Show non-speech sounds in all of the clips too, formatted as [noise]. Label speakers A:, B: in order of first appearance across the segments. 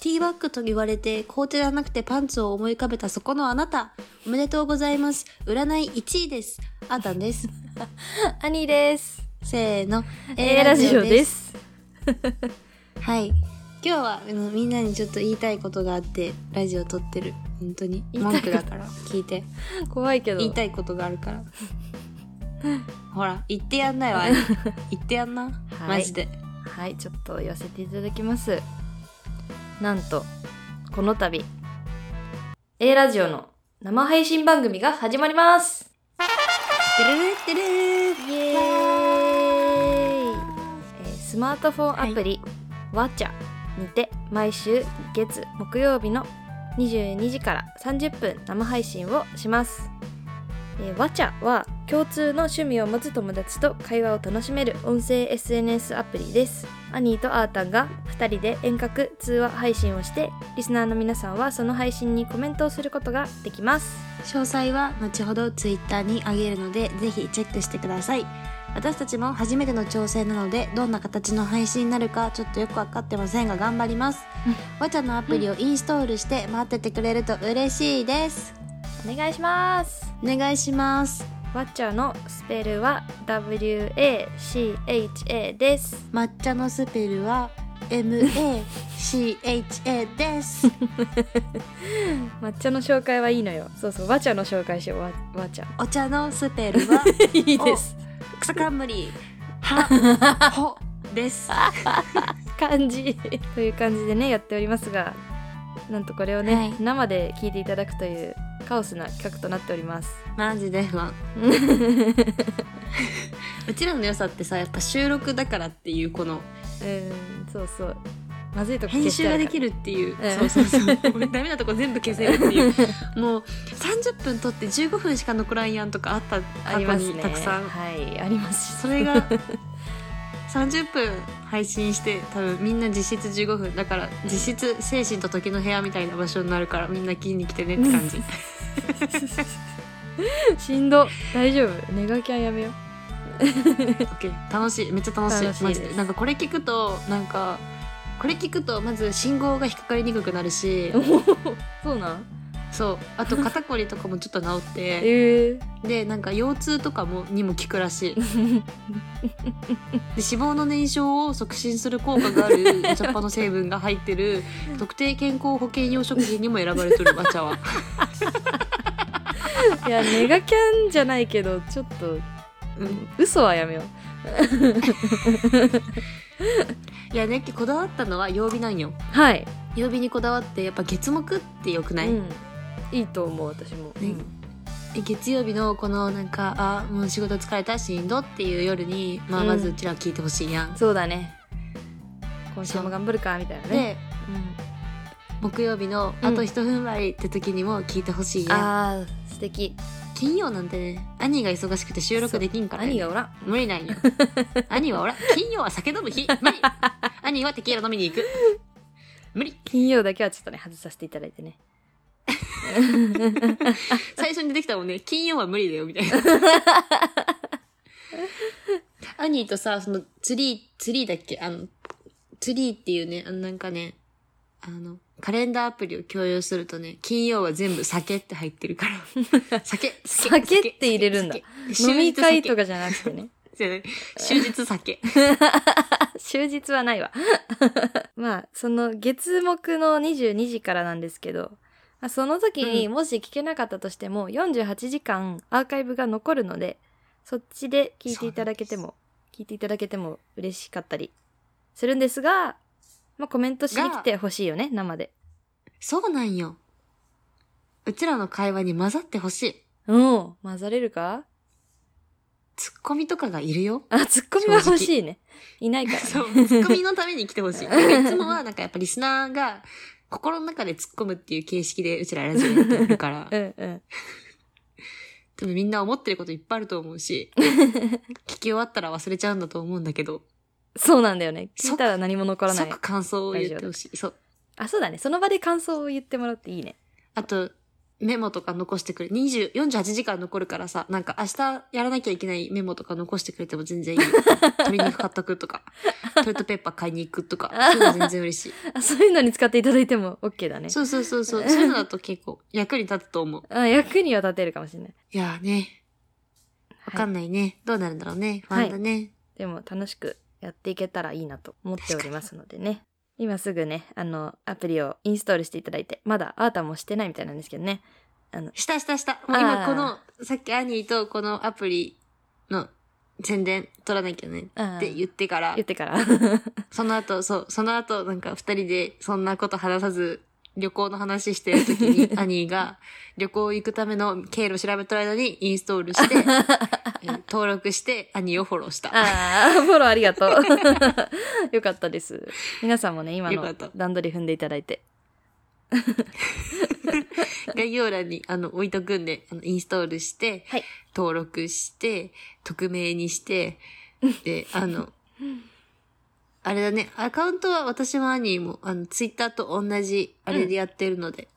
A: ティーバッグと言われて、紅茶じゃなくてパンツを思い浮かべたそこのあなた。おめでとうございます。占い1位です。あーたんです。
B: アニーです。
A: せーの。
B: A ラジオです。
A: はい。今日はあのみんなにちょっと言いたいことがあって、ラジオ撮ってる。本当に。
B: 言いたい
A: 文句
B: こと
A: だから、聞いて。
B: 怖いけど。
A: 言いたいことがあるから。ほら、言ってやんないわ。兄言ってやんな。
B: はい
A: マジで。
B: はい、ちょっと言わせていただきます。なんと、この度、A ラジオの生配信番組が始まります
A: てるるってるー
B: イエーイ、えースマートフォンアプリ、わちゃにて毎週月木曜日の22時から30分生配信をします、えー、わちゃは共通の趣味を持つ友達と会話を楽しめる音声 SNS アプリですアニーとアータンが2人で遠隔通話配信をしてリスナーの皆さんはその配信にコメントをすることができます
A: 詳細は後ほどツイッターにあげるのでぜひチェックしてください私たちも初めての挑戦なのでどんな形の配信になるかちょっとよく分かってませんが頑張りますわちゃのアプリをインストールして待っててくれると嬉しいです
B: お願いします
A: お願いします
B: わっちゃのスペルは WACHA です。
A: 抹茶のスペルは MACHA です [laughs]
B: 抹茶の紹介はいいのよ。そうそう、わっちゃの紹介しよう、わわっちゃ。
A: お茶のスペル [laughs] はい
B: [laughs] い。
A: です草冠 [laughs] はほです
B: 感じ。 [laughs] という感じでね、やっておりますが、なんとこれをね、
A: はい
B: 生で聞いていただくというカオスな企画となっており [laughs] ます。
A: マジで不安うちらの良さってさやっぱ収録だからっていうこの
B: うん、そうそう。まずいとこ
A: 編
B: 消し
A: 集
B: てあ
A: が
B: る
A: で
B: から
A: きるっていう、
B: うん
A: そうそうそうこれダメなとこ全部消せるっていうもう30分撮って15分しか残らんやんとかあった
B: あり
A: 過去
B: ますね。
A: にたくさん、
B: はい、ありますし。
A: それが30分配信して多分みんな実質15分だから実質精神と時の部屋みたいな場所になるからみんな聞きに来てねって感
B: [laughs]
A: じ
B: [laughs] しんど。大丈夫。ネガキャンやめよう。
A: OK 楽しいめっちゃ楽しい
B: 楽しい
A: マ
B: です
A: ジでなんかこれ聞くとなんかこれ聞くとまず信号が引っかかりにくくなる
B: [laughs]
A: し
B: そうなん
A: そうあと肩こりとかもちょっと治って
B: え
A: でなんか腰痛とかもにも効くらしいで
B: ー。
A: 脂肪の燃焼を促進する効果があ
B: [laughs]
A: るお茶っ葉の成分が入ってる特定健康保険用食品にも選ばれてる抹
B: [laughs]
A: 茶は
B: いや、ネガキャンじゃないけど、ちょっと、
A: うん
B: 嘘はやめよう。
A: いやねっきこだわったのは曜日なんよ
B: はい。
A: 曜日にこだわってやっぱ月木ってよくない、
B: うん、いいと思う、私も。
A: ね月曜日のこのなんかあもう仕事疲れたしんどっていう夜に、まあ、
B: うん
A: まずうちらは聞いてほしいやん、
B: そうだね。今週も頑張るか、みたいなね。
A: で木曜日のあと一踏ん張りって時にも聞いてほしい
B: うん、
A: やん、
B: あー、素敵。
A: 金曜なんてね兄が忙しくて収録できんからね
B: [laughs] 兄がおらん。
A: 無理
B: [laughs]
A: なんよ兄はほら金曜は酒飲む日無理兄はテキーラ飲みに行く無理
B: 金曜だけはちょっとね、外させていただいてね。
A: 最初に出てきたもんね金曜は無理だよみたい [laughs] な兄とさそのツリーツリーだっけあのツリーっていうねあのなんかねあのカレンダーアプリを共有するとね金曜は全部酒って入ってるから [laughs] 酒
B: 酒って入れるんだ飲み会とかじゃなくてね。
A: じゃない終日酒
B: 終日はないわ。 [laughs] まあ、その月目の22時からなんですけど、まあその時に
A: う
B: もし聞けなかったとしても、48時間アーカイブが残るので、そっちで聞いていただけても、聞いていただけても嬉しかったりするんですが、まあコメントしに来てほしいよね、生で。
A: [laughs] そうなんようちらの会話に混ざってほしい
B: うん、混ざれるか
A: ツッコミとかがいるよ。
B: あ、ツッコミは欲しいね。いないから、
A: [laughs]
B: ね。
A: そう、ツッコミのために来てほ
B: [laughs]
A: しい。なんかいつもはなんかやっぱリスナーが心の中で突っ込むっていう形式でうちらラジオやってる
B: [laughs]
A: から
B: う、んうん。
A: 多分みんな思ってることいっぱいあると思う
B: [laughs]
A: し、聞き終わったら忘れちゃうんだと思うんだけど、
B: そうなんだよね。
A: 即
B: 聞いたら何も残らない
A: 即。感想を言ってほしい。そう。
B: あ、そうだね。その場で感想を言ってもらっていいね。
A: あと、メモとか残してくれ、20、48時間残るからさ、なんか明日やらなきゃいけないメモとか残してくれても全
B: [laughs]
A: 然いい。鶏肉買っとくとか、トイレットペーパー買いに行くとか、そういうの全然嬉しい。
B: あそういうのに使っていただいても OK だね
A: そうそうそうそう、そういうのだと結構役に立つと思う。
B: あ役には立てるかもしれない
A: いやーね、わかん
B: は
A: ない
B: い
A: ね、どうなるんだろうね。不安だね。
B: でも楽しくやっていけたらいいなと思っておりますのでね今すぐねあのアプリをインストールしていただいてまだあーたもしてないみたいなんですけどねあの
A: したしたした。もう
B: あ
A: 今
B: ー
A: この、さっきアニーとこのアプリの宣伝取らなきゃね。
B: あー
A: って言ってから
B: 言っ、てから
A: その後、そう、その後、なんか二人でそんなこと話さず、旅行の話してる時に、
B: [laughs]
A: アニーが旅行行くための経路を調べとる間にインストール
B: [laughs]
A: して、えー登録して、アニーをフォローした。
B: ああ、フォローありがと [laughs] う。よかったです。皆さんもね、今
A: よか
B: の
A: った
B: 段取り踏んでいただいて。 [laughs]
A: 概要欄に、あの、置いとくんで、あの、インストールして、
B: はい
A: 登録して、匿名に
B: [laughs]
A: して、で、あの、あれだね、アカウントは私もアニーも、あの、ツイッターと同じ、あれでやってるので、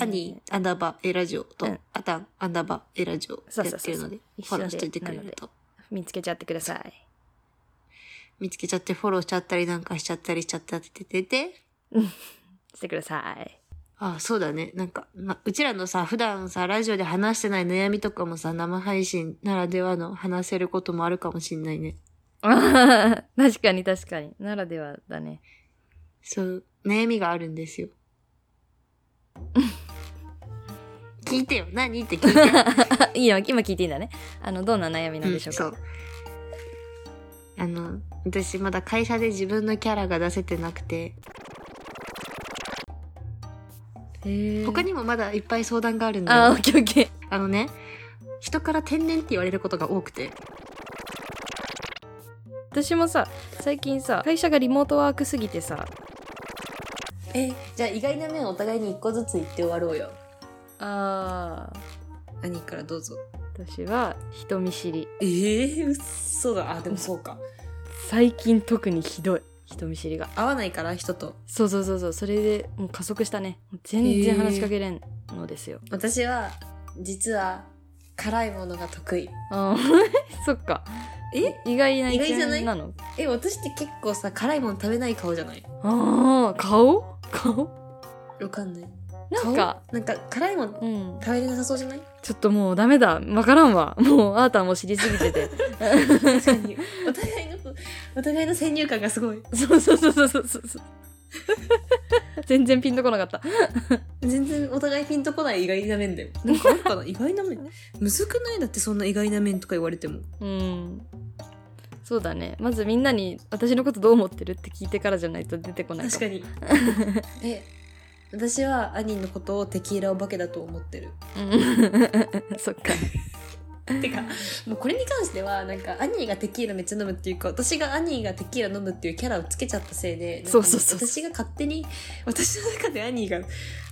A: アニーアンダーバーエラジオと、
B: うん
A: アタンアンダーバーエラジオ
B: そう
A: や
B: そ
A: っ
B: うそ
A: て
B: う
A: る
B: そう
A: ので、
B: 一
A: フ
B: 緒
A: ォ
B: で
A: ローしていてくれると。
B: えー見つけちゃってください。
A: 見つけちゃってフォローしちゃったりなんかしちゃったりしちゃったってててて。
B: してくださ
A: [laughs]
B: い。
A: ああ、そうだね。なんか、ま、うちらのさ、普段さ、ラジオで話してない悩みとかもさ、生配信ならではの話せることもあるかもしんないね。
B: 確かに確かに。ならではだね。
A: そう、悩みがあるん [laughs] ですよ。聞いてよ。何って聞いて。
B: あいいよ、今聞いていいんだね。あの、どんな悩みなんでしょうか。
A: んそうあの私まだ会社で自分のキャラが出せてなくて
B: へえ
A: 他にもまだいっぱい相談があるんだ
B: あー、オ
A: よ
B: ッケーオッケー。
A: あのね人から天然って言われることが多くて
B: 私もさ、最近さ、会社がリモートワークすぎてさ、
A: えじゃあ意外な面お互いに一個ずつ言って終わろうよ
B: ああ、
A: 兄からどうぞ
B: 私は人見知り。
A: えー、うっそだあでもそうか
B: 最近特にひどい。人見知りが。
A: 合わないから人と
B: そうそうそうそうそれでもう加速したねもう全然話しかけれんのですよ、
A: 私は実は辛いものが得意
B: ああ [laughs] そっか
A: え
B: 意外な
A: 意外じゃない
B: 一面なの
A: え私って結構さ辛いもの食べない顔じゃない
B: ああ顔顔
A: わかんない
B: なんか
A: 顔なんか辛いもの
B: うん
A: 食べれなさそうじゃない
B: ちょっともうダメだわからんわもうあーたんも知りすぎ
A: [laughs]
B: てて
A: 確かにお互いのお互いの先入観がすごい
B: そうそうそうそう [laughs] そうそう全然ピンとこなかった
A: 全然お互いピンとこない意外な面だよなんかあるかな意外な面 [laughs] むずくないだってそんな意外な面とか言われても
B: うんそうだねまずみんなに私のことどう思ってるって聞いてからじゃないと出てこない
A: 確か
B: かも
A: にえ私は兄のことをテキーラお化けだと思ってる
B: うん [laughs] そっか
A: [laughs] てかもうこれに関してはなんか兄がテキーラめっちゃ飲むっていうか私が兄がテキーラ飲むっていうキャラをつけちゃったせいでなんか
B: そうそうそうそう
A: 私が勝手に私の中で兄が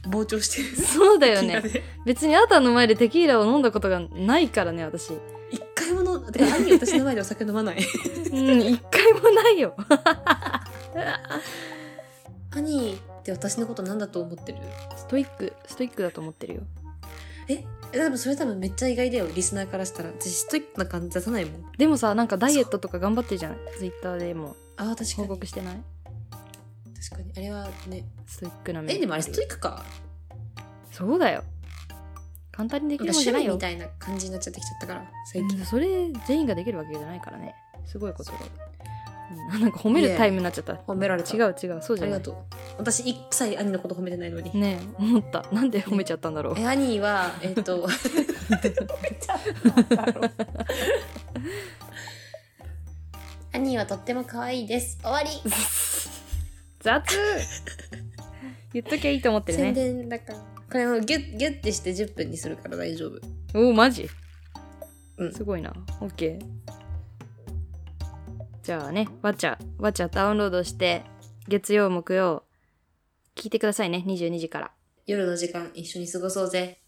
A: 膨張してる
B: そうだ
A: テ
B: よ
A: [laughs] キーラ
B: ね
A: で
B: 別にあなたの前でテキーラを飲んだことがないからね私
A: 一回も飲んてか兄私の前でお酒飲 [laughs] まない
B: うん一回もないよ
A: 兄って私のことなんだと思ってる
B: ストイックストイックだと思ってるよ
A: えでもそれ多分めっちゃ意外だよリスナーからしたら私ストイックな感じ出さないもん
B: でもさなんかダイエットとか頑張ってるじゃないツイッターでも
A: あー確か
B: 報
A: に
B: 告してない
A: 確かにあれはね
B: ストイックな面
A: えでもあれストイ
B: ッ
A: ックか
B: クそうだよ簡単にで
A: な
B: き
A: ん
B: る
A: か
B: もん
A: 趣
B: じゃない
A: 味
B: よ
A: みたいな感じになっちゃってきちゃったから最
B: う
A: 近
B: んそれ全員ができるわけじゃないからねすごいことだよ、うんなんか褒めるタイムになっちゃった
A: 褒められた
B: 違う違うそうじ
A: あ
B: ゃ
A: りが
B: ない
A: とう私一切兄のこと褒めてないのに、
B: ねえ思った [laughs] なんで褒めちゃったんだろう
A: え兄はえっ、
B: [laughs]
A: と [laughs] 兄はとっても可愛いです終わり
B: [laughs] 雑言っときゃいいと思ってる
A: 宣
B: ね
A: 伝だからこれもギュッギュッてして10分にするから大丈夫
B: おおマジ、
A: うん
B: すごいなオッケーじゃあねわちゃわちゃダウンロードして月曜木曜聞いてくださいね22時から
A: 夜の時間一緒に過ごそうぜ